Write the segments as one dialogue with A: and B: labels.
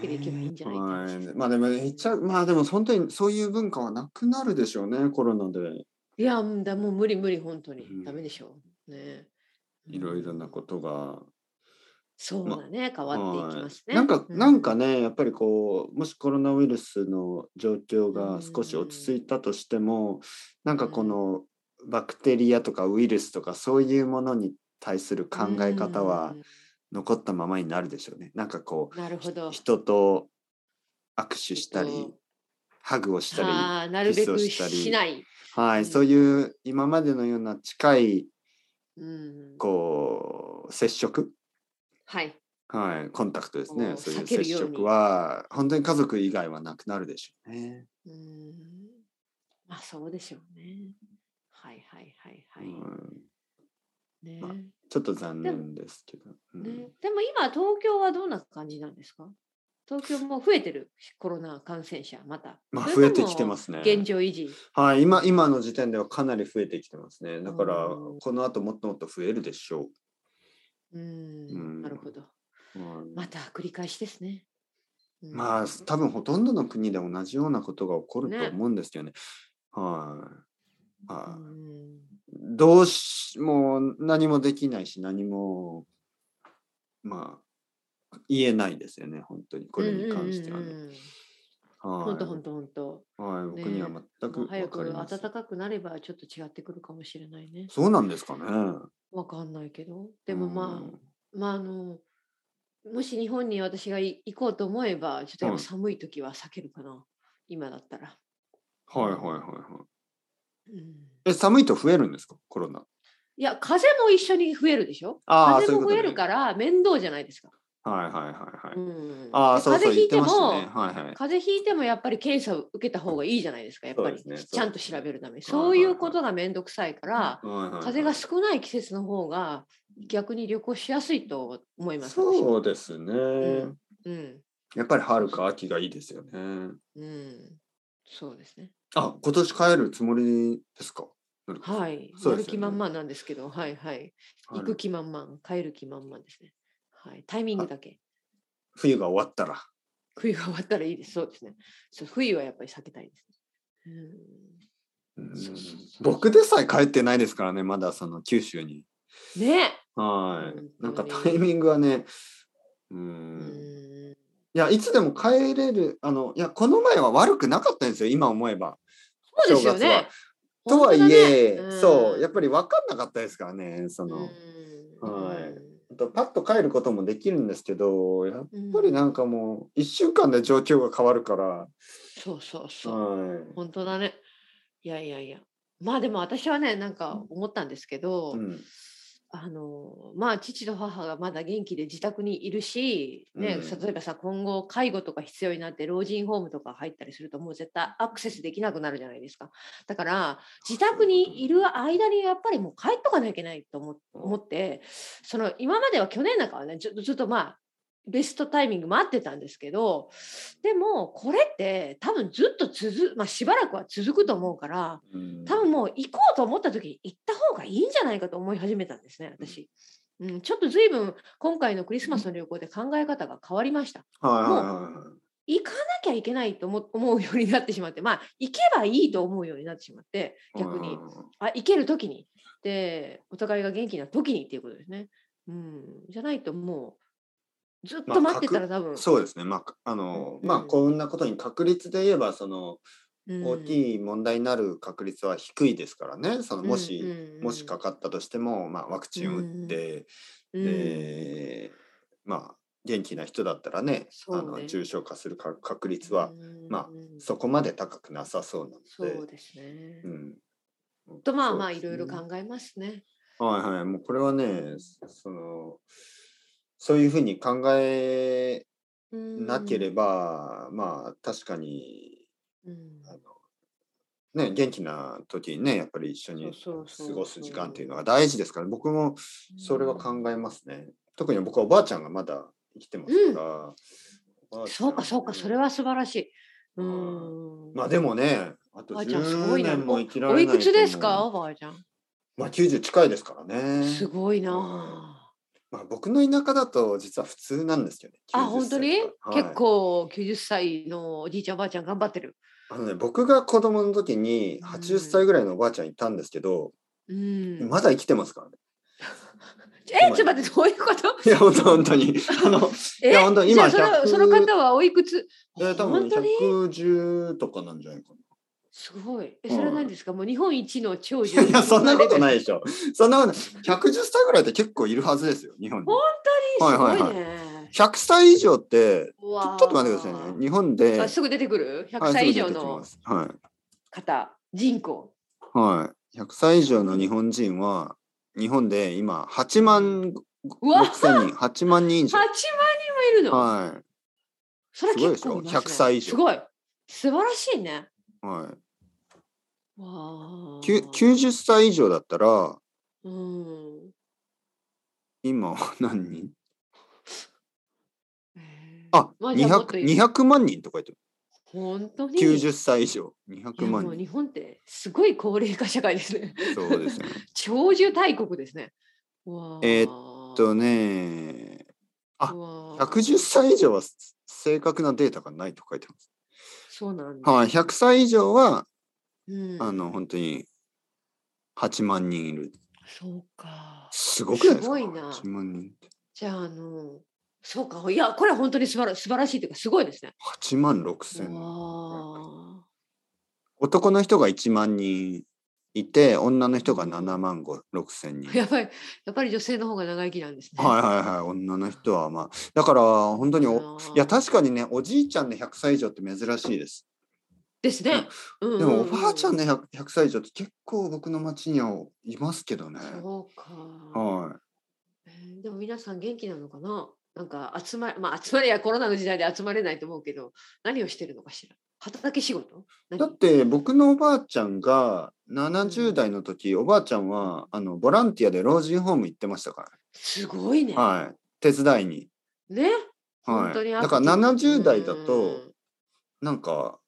A: でいけばいいんじゃないかな。
B: はい。まあでも、言っちゃう、まあでも、本当にそういう文化はなくなるでしょうね、コロナで。
A: いや、うんだもう無理無理、本当に
B: うん。
A: ダメでしょう。ね。
B: いろいろなことが。
A: そうだね、変わっていきますね。
B: なんか、
A: う
B: なんかね、やっぱりこう、もしコロナウイルスの状況が少し落ち着いたとしても、なんかこのバクテリアとかウイルスとかそういうものに対する考え方は
A: うん
B: 残ったままになるでしょうね。なんかこ
A: なるほど
B: う、。人と握手した
A: えっ
B: り
A: と、
B: ハグをしたり、
A: あーなるべ
B: キスを
A: く
B: したり
A: しない。
B: は
A: うん
B: い、そういう今までのような近い
A: うん、
B: こう接触、
A: はい。
B: はい、コンタクトです
A: お
B: ね。
A: ー
B: そうい
A: 避
B: う
A: け
B: 接
A: るように
B: 触は本当に家族以外はなくなるでしょうね。
A: うん。まあ、そうでしょうね。はいはいはいはい。
B: うん
A: ね
B: まあちょっと残
A: でも
B: 念ですけど。うん
A: ね、でも今、東京はどんな感じなんですか東京も増えてるコロナ感染者、また。
B: まあ
A: そ
B: 増
A: れ
B: え
A: と
B: て
A: も
B: きてますね。
A: 現状維持。
B: はい、今今の時点ではかなり増えてきてますね。だから
A: うん
B: この後もっともっと増えるでしょう
A: う、
B: んん
A: なるほど。
B: う。うん
A: また繰り返しですね。うん
B: まあ多分ほとんどの国で同じようなことが起こる
A: ね
B: と思うんですよね。はい。は
A: う
B: い。
A: ん
B: どうしもう何もできないし何もまあ言えないですよね本当にこれに関しては
A: うんう
B: ね。
A: んうんうん
B: は
A: 本当
B: い
A: 本当本当。
B: はい
A: ね
B: 僕には全
A: もう
B: く分
A: 早
B: かり
A: く
B: ません
A: 暖かくなればちょっと違ってくるかもしれないね。
B: そうなんですかね。
A: わかんないけど。でもま
B: うん
A: あ、まああの、もし日本に私がい行こうと思えば、ちょっとや
B: は
A: っぱ
B: い
A: 寒い時は避けるかな。今だったら。
B: はいはいはいはい。
A: うん、
B: え寒いと増えるんですかコロナ。
A: いや、風も一緒に増えるでしょ
B: あー
A: 風
B: そういう
A: も
B: こと
A: 増
B: ね
A: えるから面倒じゃないですか。
B: はいはいはいはい。
A: うん
B: ああそう
A: 風
B: そう
A: 邪ひ
B: 言
A: い
B: ってて
A: も
B: ましたね。はいはい。
A: 風邪ひいてもやっぱり検査を受けた方がいいじゃないですか、やっぱり、
B: そうですね
A: ちゃんと調べるため
B: そうで
A: に。
B: すね
A: そういうことがめんどくさいから、
B: はいはい
A: 風が少ない季節の方が逆に旅行しやすいと思います。
B: そうですね、
A: んうん、
B: やっぱり春か秋がいいですよね。
A: うん、そうですね。
B: あ今年帰るつもりですかのりこさん
A: はい、
B: そう
A: や
B: で
A: る
B: すよね
A: 気満々なんですけど、はいはい。行く
B: 春
A: 気満々、帰る気満々ですね。はい、タイミングだけ。
B: 冬が終わったら。
A: 冬が終わったらいいです。そうですね。そう冬はやっぱり避けたいです、ね。
B: うん
A: そうそうそう
B: 僕でさえ帰ってないですからね、まだその九州に。
A: うん、ね
B: は
A: 本
B: い。なんか
A: 当に
B: タイミングはね、う。
A: え、うんん、
B: いや、いつでも帰れる、あの、いや、この前は悪くなかったんですよ、今思えば。
A: そうですよ
B: 正月
A: ね
B: は。とはいえ、
A: 本当だねうん
B: そう、やっぱり分かんなかったですからね、その、
A: うん
B: はい
A: うん
B: あとパッと帰ることもできるんですけど、やっ
A: やっ
B: ぱりなんかもう、1週間で状況が変わるから、
A: そうそうそう、
B: は
A: 本当だねいやいやいやまあでも私はねなんか思ったんですけど、
B: い。うん、
A: あのまあ父と母がまだ元気で自宅にいるし、ね
B: うん
A: 例えばさ今後介護とか必要になって老人ホームとか入ったりするともう絶対アクセスできなくなるじゃないですかだから自宅にいる間にやっぱりもう帰っとかなきゃいけないと思思ってその今までは去年なんかはねちょっとちょっとまあベストタイミング待ってたんですけどでもこれって多分ずっと続く、まあ、しばらくは続くと思うから
B: うん
A: 多分もう行こうと思った時に行った方がいいんじゃないかと思い始めたんですね私、うん、ちょっと随分今回のクリスマスの旅行で考え方が変わりました
B: はいはいはいはい。
A: 行かなきゃいけないと思思うようになってしまってまあ行けばいいと思うようになってしまって逆にあ行ける時にでお互いが元気な時にっていうことですね、うん、じゃないともうずっと
B: まあ
A: 待ってたら多分、
B: そうですね、まああの
A: うん
B: まあ、こんなことに確率で言えばその
A: うん
B: 大きい問題になる確率は低いですからねそのもし、
A: うんうん
B: もしかかったとしても、まあ、ワクチンを打って、
A: うん
B: でまあ、元気な人だったらね
A: そうね
B: あの重症化するか確率は
A: うん
B: まあそこまで高くなさそうなの
A: そう
B: で。
A: ですね、
B: うん
A: とまあまあ
B: そう
A: い
B: ですね
A: ろいろ考えますね
B: はいはい、もうこれはねそのそういうふうに考えなけれ
A: ば、
B: ば、まあ確かに
A: うん
B: あのね、元気な時にね、やっぱり一緒に
A: そうそうそう
B: 過ごす時間っていうのは大事ですから、僕もそれは考えますね。特に僕はおばあちゃんがまだ生きてますから。おばあちゃん
A: そうかそうかそれ。は素晴らしい。うーん。
B: まあでもね、あと
A: おばあちゃんす
B: 10
A: ごいな
B: 年も生きら
A: お
B: れ
A: い
B: ない。
A: くつですかおばあちゃん。
B: まあ90近いですからね。
A: すごいな
B: う
A: あ。
B: まあ、僕の田舎だと実は普通なんですよね。90
A: あ、本当に、
B: 歳とかはい
A: 結構90歳のおじいちゃんおばあちゃん頑張ってる。
B: あのね、僕が子供の時に
A: うん
B: 80歳ぐらいのおばあちゃんいたんですけど、
A: うん。
B: まだ生きてますからね。
A: え、ちょっと待って、どういうこと
B: いや、本当本当 に。あの、
A: え
B: いや本当に
A: じゃ
B: 今
A: あその
B: 100
A: その方はおいくつ
B: えー多分
A: 本当に
B: 110とかなんじゃないか
A: すごい。え
B: はい
A: それは何ですか、もう日本一の長寿。。
B: な。いや、そんなことないいでしょ。そんなことない。110歳ぐらいって結構いるはずですよ、日本に。
A: 本
B: はい
A: すご
B: はいい
A: ね。
B: はい100歳以上って、
A: う
B: ちょ
A: わー
B: ちょっと待ってくださいね。日本で。
A: あすぐ出てくる
B: は
A: ?100
B: い
A: 歳以上。
B: すぐ出てき
A: の
B: ますはい。
A: 方、人口。
B: はい。100歳以上の日本人は、日本で今、8万
A: うわ、
B: 6
A: 8
B: 千人、8万人以上
A: 万。人もいるの、
B: は
A: それは結構います、ね、
B: すごいでしょ100歳以上
A: すごい。素晴らしいね。
B: い。はい。
A: わー
B: きゅ90歳以上だったら、
A: うん。
B: 今は何人
A: へー
B: あ、
A: まじゃもっと
B: 200、
A: いる
B: 200万人とか言ってる。
A: 本当に
B: 90歳以上。200
A: いや
B: 万
A: もう
B: 人。
A: 日本ってすごい高齢化社会ですね。
B: そうですね。
A: 長寿大国ですね。わ
B: え
A: ー
B: えっとね、あ
A: わー
B: 110歳以上はす正確なデータがないと書いてます。
A: そうなんだ。
B: はい。100歳以上は、
A: うん、
B: あの、本当に8万人いる。
A: そうか。
B: すごくないですか
A: すごいな
B: 8万人って。
A: じゃあ、あの、そうか。いや、これは本当に素晴ら素晴らしいというか、すごいですね。
B: 8万6
A: わ
B: 千。
A: ー
B: 男の人が1万人いて、女の人が7万5、6千人。
A: やっぱり、やっぱり女性の方が長生きなんですね。
B: はいはいはい、女の人はまあ。だから、本当にお、
A: あー
B: いや、確かにね、おじいちゃんで100歳以上って珍しいです。
A: ですね。うんうん
B: で
A: うん
B: も、おばあちゃんで 100, 100歳以上って結構僕の町にはいますけどね。
A: そうか。
B: は
A: えーでも皆さん元気なのかななんか集まり、まあ集まりやコロナの時代で集まれないと思うけど、何をしてるのかしら畑仕事
B: い。
A: 何
B: だって、僕のおばあちゃんが70代の時、おばあちゃんは、あの、ボランティアで老人ホーム行ってましたか
A: すごいね。
B: ら。はい。手伝いに。
A: ね
B: は
A: 本当
B: い。
A: に
B: だ
A: アクティブ
B: から70代だ
A: う
B: と、
A: ん
B: なんか、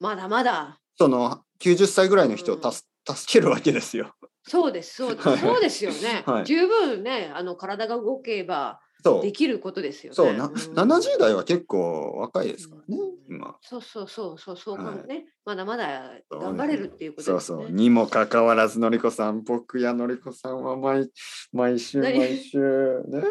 A: まだまだ。
B: その90歳ぐらいの人を助助けるわけですよ。
A: そうです、そうで
B: は
A: す
B: い
A: そうですよね。
B: はい
A: 十分ね、あの体が動けば
B: そう
A: で。きることですよね。
B: そうな、
A: ん
B: 70代は結構若いですからね、
A: うん
B: 今。
A: そうそうそうそうそうか
B: はい
A: ね、まだまだ頑張れるっていうこと
B: そう
A: です
B: そう。
A: ね。
B: にもかかわらず、のりこさん、僕やのりこさんは毎毎週
A: 何
B: 毎週ね、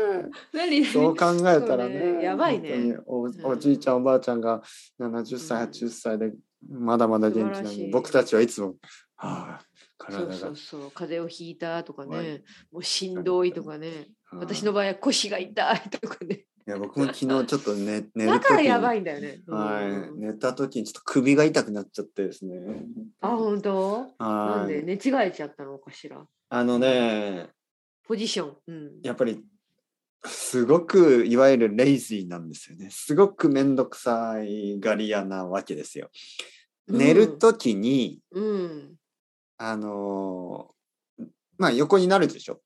A: 何
B: そう考えたら
A: そう
B: ね、
A: ねやばいね
B: 本当に
A: う
B: お
A: ん
B: おじいちゃん、おばあちゃんが70歳、
A: うん
B: 80歳でまだまだ元気な
A: 素
B: の
A: 晴らし
B: に、
A: い
B: 僕たちはいつも、はあ、
A: そ
B: 体
A: うそ
B: が
A: う。そう風邪をひいたとか
B: は
A: ね
B: い、
A: もうしんどいとかね、
B: うん
A: 私の場合は腰が痛いとかね、
B: いや僕も昨日ちょっと寝 寝る
A: だからやば
B: い、
A: いんだよね。
B: は
A: う
B: い、
A: ん
B: 寝た時にちょっと首が痛くなっちゃってですね。
A: あ、本当な
B: は
A: んで
B: い。
A: 寝違えちゃったのかしら。
B: あのね、
A: ポジション。うん、
B: やっぱりすごくいわゆるレイジーなんですよね。すごくめんどくさいがり屋なわけですよ。
A: うん
B: 寝るときに、
A: うん。
B: あのーまあ横になるでしょ。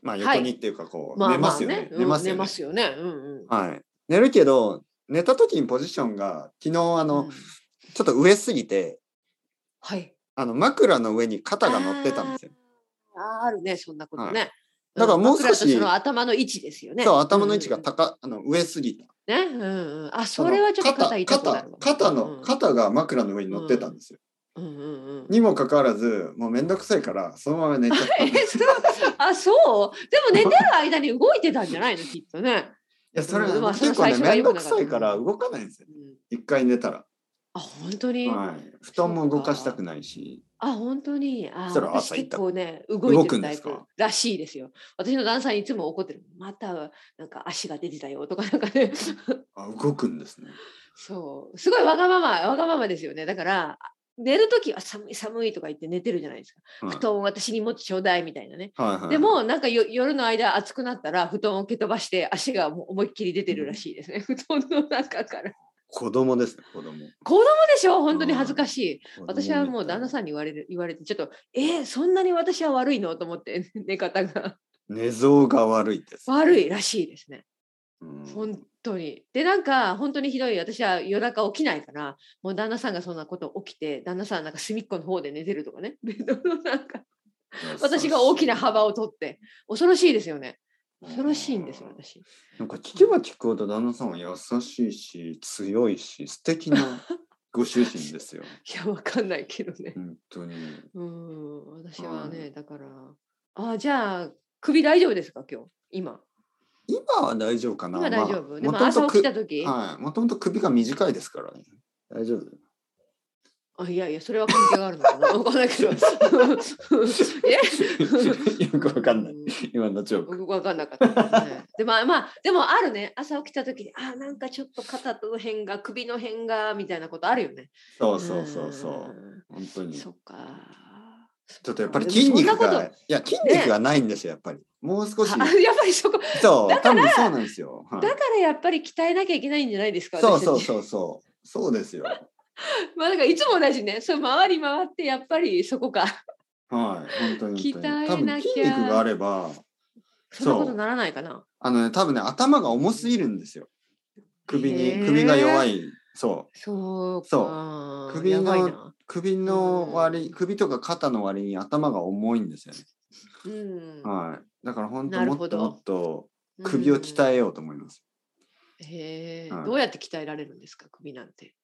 B: まあ
A: はい
B: 横にっていうかこう、
A: まあ
B: 寝ますよね。
A: まあ
B: 寝ます
A: ね
B: よ
A: うん
B: ね
A: 寝ますよね。うんうん。
B: はい。寝るけど寝た時にポジションが昨日あの、
A: うん
B: ちょっと上すぎて
A: はい。
B: あの枕の上に肩が乗ってたんですよ。
A: あーあるね、そんなことね。
B: だからもう少し
A: 枕とその頭の位置ですよね。
B: そう頭の位置が
A: うん
B: 高、あの上すぎた。
A: ね、うんうん。あ、それはちょっと肩痛くなるわ。
B: 肩肩
A: う
B: の
A: ん
B: 肩が枕の上に乗ってたんですよ。
A: うんうんうん。
B: にもかかわらずもうめんどくさいからそのまま寝ちゃったん
A: え
B: です。い
A: そうあ、そう。でも寝てる間に動いてたんじゃないの、きっとね。
B: やそれ
A: うんまあ
B: 結
A: そ
B: 構
A: れ
B: ね
A: 最初は
B: めん
A: 良
B: どく
A: くなかった
B: さいから動かないんですよ。
A: うん
B: 一回寝たら、
A: あ、本当に。
B: はい、布団も動かしたくないし、
A: あ、本当に。あ、
B: そしたら
A: 私
B: 朝
A: 結
B: 痛く
A: 構ね、動いて
B: 動く
A: る
B: ん
A: タ
B: で
A: イ
B: すか
A: プらしいですよ。私の旦那さんいつも怒ってる。また、なんか足が出てたよとか、なんかね。
B: あ動くんですね。
A: そう。すごいわがまま、わがままですよね。だから、あ寝るときは寒い寒いとか言って寝てるじゃないですか。
B: はい
A: 布団を私に持ってちょうだいみたいなね。
B: はいはい、
A: でも、なんかよ夜の間暑くなったら、布団を蹴飛ばして足がもう思いっきり出てるらしいですね。布 団の中から。
B: 子供ですね子供。
A: 子供でしょ本当に恥ずかしい。
B: 子供
A: 私はもう旦那さんに言われる言われて、ちょっと、えーそんなに私は悪いのと思って、 寝方が。
B: 寝相が悪いです。
A: 悪
B: い。
A: いらしいですね。
B: うん
A: 本当に。で、なんか、本当にひどい、私は夜中起きないから、もう旦那さんがそんなこと起きて、旦那さんはなんか隅っこの方 で寝てるとかね、ベッドのなんか、私が大きな幅を取って、恐ろしいですよね。恐ろしいんですよ私。
B: なんか聞けば聞くほど旦那さんは優しいし強いし素敵なご主人です よ
A: いやわかんないけど ね。
B: 本当に
A: うん私はね、
B: は
A: だからあじゃあ首大丈夫ですか今日今
B: 今は大丈夫かな
A: 今大丈夫、でも
B: まあ、もと
A: 朝
B: も
A: 起
B: とく
A: きた時、
B: はいもともと首が短いですからね大丈夫
A: あいやいやそれは関係があるの かなわかんないけど
B: よくわかんない
A: い
B: 今のジョーク
A: 分かんなかったですね。でもまあでもあるね朝起きた時にあなんかちょっと肩の辺が首の辺がみたいなことあるよね。
B: そうそうそうそう
A: う
B: 本当
A: ん。
B: に
A: そっか。
B: ちょっとやっぱり筋肉
A: そんな
B: が
A: こ
B: いや筋肉がないんですよやっぱりもう少し
A: とあやっぱりそこ
B: そう多分そうなんですよはい
A: だからやっぱり鍛えなきゃいけないんじゃないですか。
B: そう
A: 私たち
B: そうそうそうそうですよ
A: まあだからいつも同じね。そう回り回ってやっぱりそこか。
B: はい、本当に本当に。
A: 鍛えなきゃ
B: 多分筋肉があれば、
A: そんなことならないかな。
B: あのね、多分ね、頭が重すぎるんですよ。首
A: へー
B: に、首が弱い。そう。
A: そうか。
B: そう首の
A: やばいな。
B: 首の割
A: う
B: り、首とか肩の割に頭が重いんですよね。
A: うん。
B: はい。だから本
A: な
B: 当
A: る
B: も
A: ほ
B: っ
A: ど
B: ともっと首を鍛
A: え。
B: えようと思います。
A: へえ、
B: はい
A: どうやって鍛えられるんですか首なんて。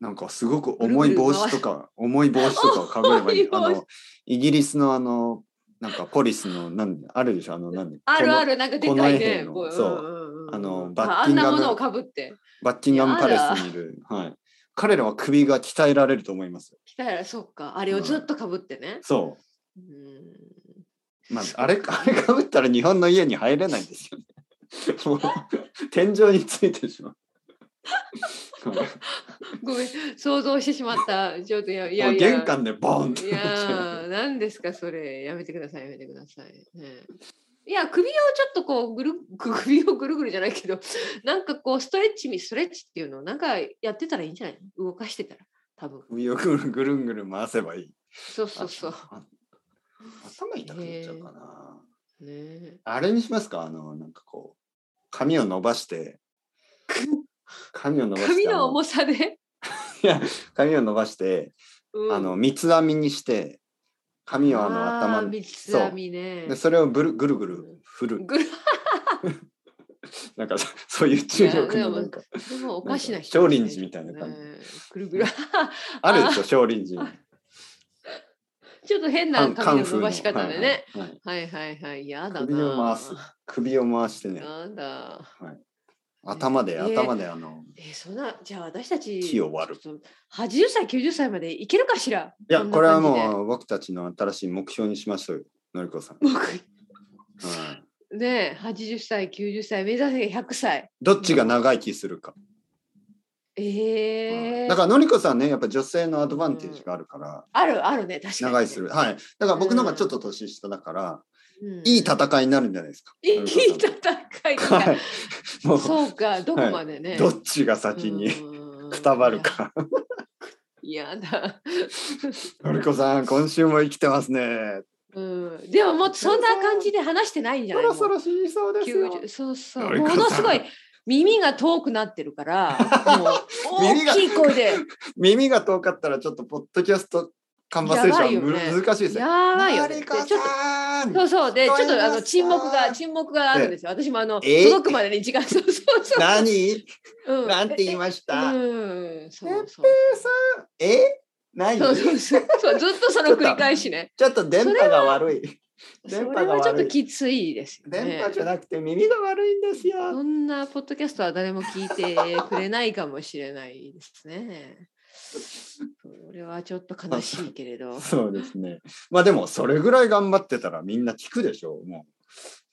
B: なんかすごく重い帽子とか、重い帽子とかを かぶればいい。あ
A: 重い帽子
B: の、イギリスのあの、なんかポリスの、なんあるでしょあの、なんで
A: あるあ
B: る。
A: るなんかでかいね。
B: こ
A: こ
B: の
A: う
B: 絵のそうん
A: んん
B: あのバッ
A: ああ
B: キ
A: ん
B: ンガム
A: なものをかぶって
B: バッキンガムパレスにいる。はい。彼らは首が鍛えられると思います。
A: 鍛えらそっかあれをずっとかぶってね。
B: そう。
A: うん
B: まあ、あれか、あれかぶったら日本の家に入れないんですよね。もう、天井についてしまう。
A: ごめん想像してしまったちょっといやい
B: も
A: や
B: う
A: いや
B: 玄関でボンっ
A: い
B: てなっちゃ
A: や ー何ですかそれやめてくださいやめてください、ね、いや首をちょっとこうぐる 首をぐるぐるじゃないけどなんかこうストレッチみストレッチっていうのをなんかやってたらいいんじゃない動かしてたら多分
B: う。首をぐるんぐるんぐるん回せばいい。
A: そうそうそう
B: あ。頭痛くなっちゃうかな。
A: ねえ
B: あれにしますかあの、なんかこう、髪を伸ば して、髪を伸ばして、
A: 髪
B: あ
A: の
B: の
A: 重さで、
B: いや髪を伸ばして、
A: うん
B: あの、三つ編みにして、髪をあの
A: ー
B: 頭に、
A: 三つ編みね
B: でそれをぶるぐるぐる振る。
A: ぐる
B: なんかそそういう中国のなんか
A: でもおかしな
B: 少
A: 人ですね、
B: 林寺みたいな感じ
A: ねぐるぐる
B: あるでしょ少林寺。
A: ちょっと変
B: カ
A: な
B: ンカン
A: 髪の
B: フー
A: 伸
B: の
A: ばし方でね、
B: はいはいはい
A: はいはいはい、やだな。
B: 首を回す首を回してね、
A: なんだ。
B: 頭で
A: えー
B: 頭であの、
A: えーそんな、じゃあ私たち、
B: 木を割る
A: ちょっと80歳、90歳までいけるかしら
B: いや、これは
A: う。
B: もう僕たちの新しい目標にしましょうよ、のりこさん。
A: 僕
B: はい
A: ねえ、80歳、90歳、目指せ100歳。
B: どっちが長生きするか。
A: ええ
B: だからのりこさんね、やっぱ女性のアドバンテージがあるから、
A: あるあるね、確かに、
B: 長生きする。はい。だから僕の方がちょっと年下だから、
A: うん。
B: いい戦いになるんじゃないですか。
A: いい
B: のりこ
A: 戦い
B: さん
A: か。
B: はい。もう、
A: そうか、どこまでね。
B: どっちが先に
A: うん
B: くたばる。か。
A: いやだ。
B: のりこさん、今週も生きてますね。
A: うん、でももうそんな感じで話してないんじゃないもう
B: 死にそうで
A: 90そうそ
B: の
A: う
B: りこ
A: も
B: さん
A: のすごい耳が遠くなってるから もう
B: 耳が
A: 大きい声で
B: 耳が遠かったら、ちょっとポッドキャストカンバセーションむ、難しいですよ。
A: やばいよ、
B: の
A: ね、
B: り
A: で
B: こ
A: ちょっと
B: さん
A: そうそうでちょっ
B: 聞こえ
A: とあ
B: ま
A: の
B: す
A: 沈黙が沈黙があるんですよ私もあの
B: え
A: 届くまでに時間 そうそうそう
B: 何
A: う
B: なんて言いました
A: うんそうそう
B: え何
A: そうそうそうそうずっとその繰り返しね
B: ちょっと電波が悪い。
A: それ
B: 電波が
A: はちょっ
B: 悪
A: と
B: い。
A: きついですよ
B: 電
A: ね
B: 波じゃなくて耳が悪いんですよ。
A: そんなポッドキャストは誰も聞いてくれないかもしれないですね。それはちょっと悲しいけ れど。
B: そうですね。まあでも、それぐらい頑張ってたらみんな聞くでしょう、も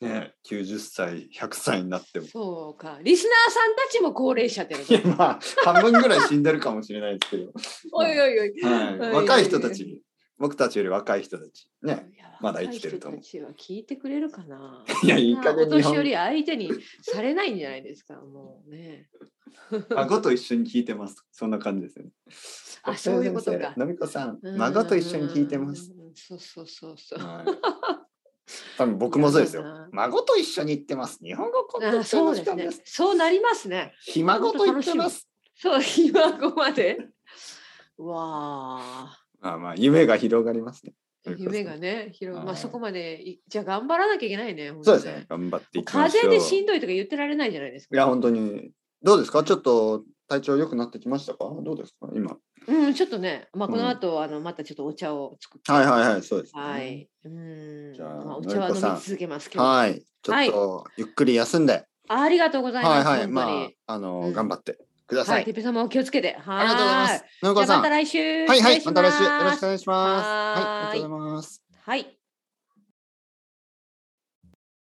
B: う。ねえ、90歳、100歳になっても。
A: そうか。リスナーさんたちも高齢者っての
B: い
A: か
B: や、まあ、半分ぐらい死んでるかもしれないですけ ど。
A: おいおいおい。
B: はい、
A: はい
B: 若い人たち、僕たちより若い人たち。ね。
A: いや
B: まだ生きてると思う
A: 若い人たちは聞いてくれるかな。
B: いや、いい加
A: お
B: 減日
A: 年
B: 本
A: 寄り相手にされないんじゃないですか。もうね。
B: 孫と一緒に聞いてます。そんな感じですよね。
A: あそういうことか
B: のみこさん、 孫と一緒に聞いてます。
A: うん。そうそうそうそう。
B: はい多分僕もそうです
A: いやそうだ
B: よ
A: な。
B: 孫と一緒に行ってます。日 本語コンテ
A: あ
B: ンツ
A: そ
B: の
A: う
B: 時
A: です
B: 間で
A: ね
B: す。。
A: そうなりますね。
B: ひ孫と言ってます。
A: そう、ひ孫まで。わあ。
B: まあまあ夢が広がりますね。
A: 夢がね広い、ま
B: は
A: あ、
B: い
A: そこまでいじゃあ頑張らなきゃいけないね。
B: そうです
A: 本当
B: ね。頑張って
A: もう
B: いきましょう。
A: 風邪でしんどいとか言ってられないじゃないですか。
B: いや、本当に。どうですかちょっと体調良くなってきましたかどうですか今。
A: うん、ちょっとね、まあ、
B: うん
A: この後、あの、またちょっとお茶を作って。
B: はいはいはい、そうです、ね。
A: はい。うん。
B: じゃあ
A: まあお茶は
B: のりこ
A: 飲み
B: さん
A: 続けますけど。あ
B: はい。ちょっと、ゆっくり休んで。
A: ありがとうござい
B: は
A: ま
B: い
A: す。
B: はい。
A: 本
B: ま
A: 当に。
B: あ、あの、
A: うん
B: 頑張ってくださ。
A: はいい、てっぺ様お気をつけて。は
B: ありがとうございます。のり
A: じゃ
B: こ
A: あ
B: さん。
A: また来週。
B: はいはい。
A: 失
B: ま
A: 礼
B: た来週
A: し
B: よろ
A: ま
B: しく
A: す
B: お願いします。はい。あ
A: はーい
B: りがとうございます。
A: はい。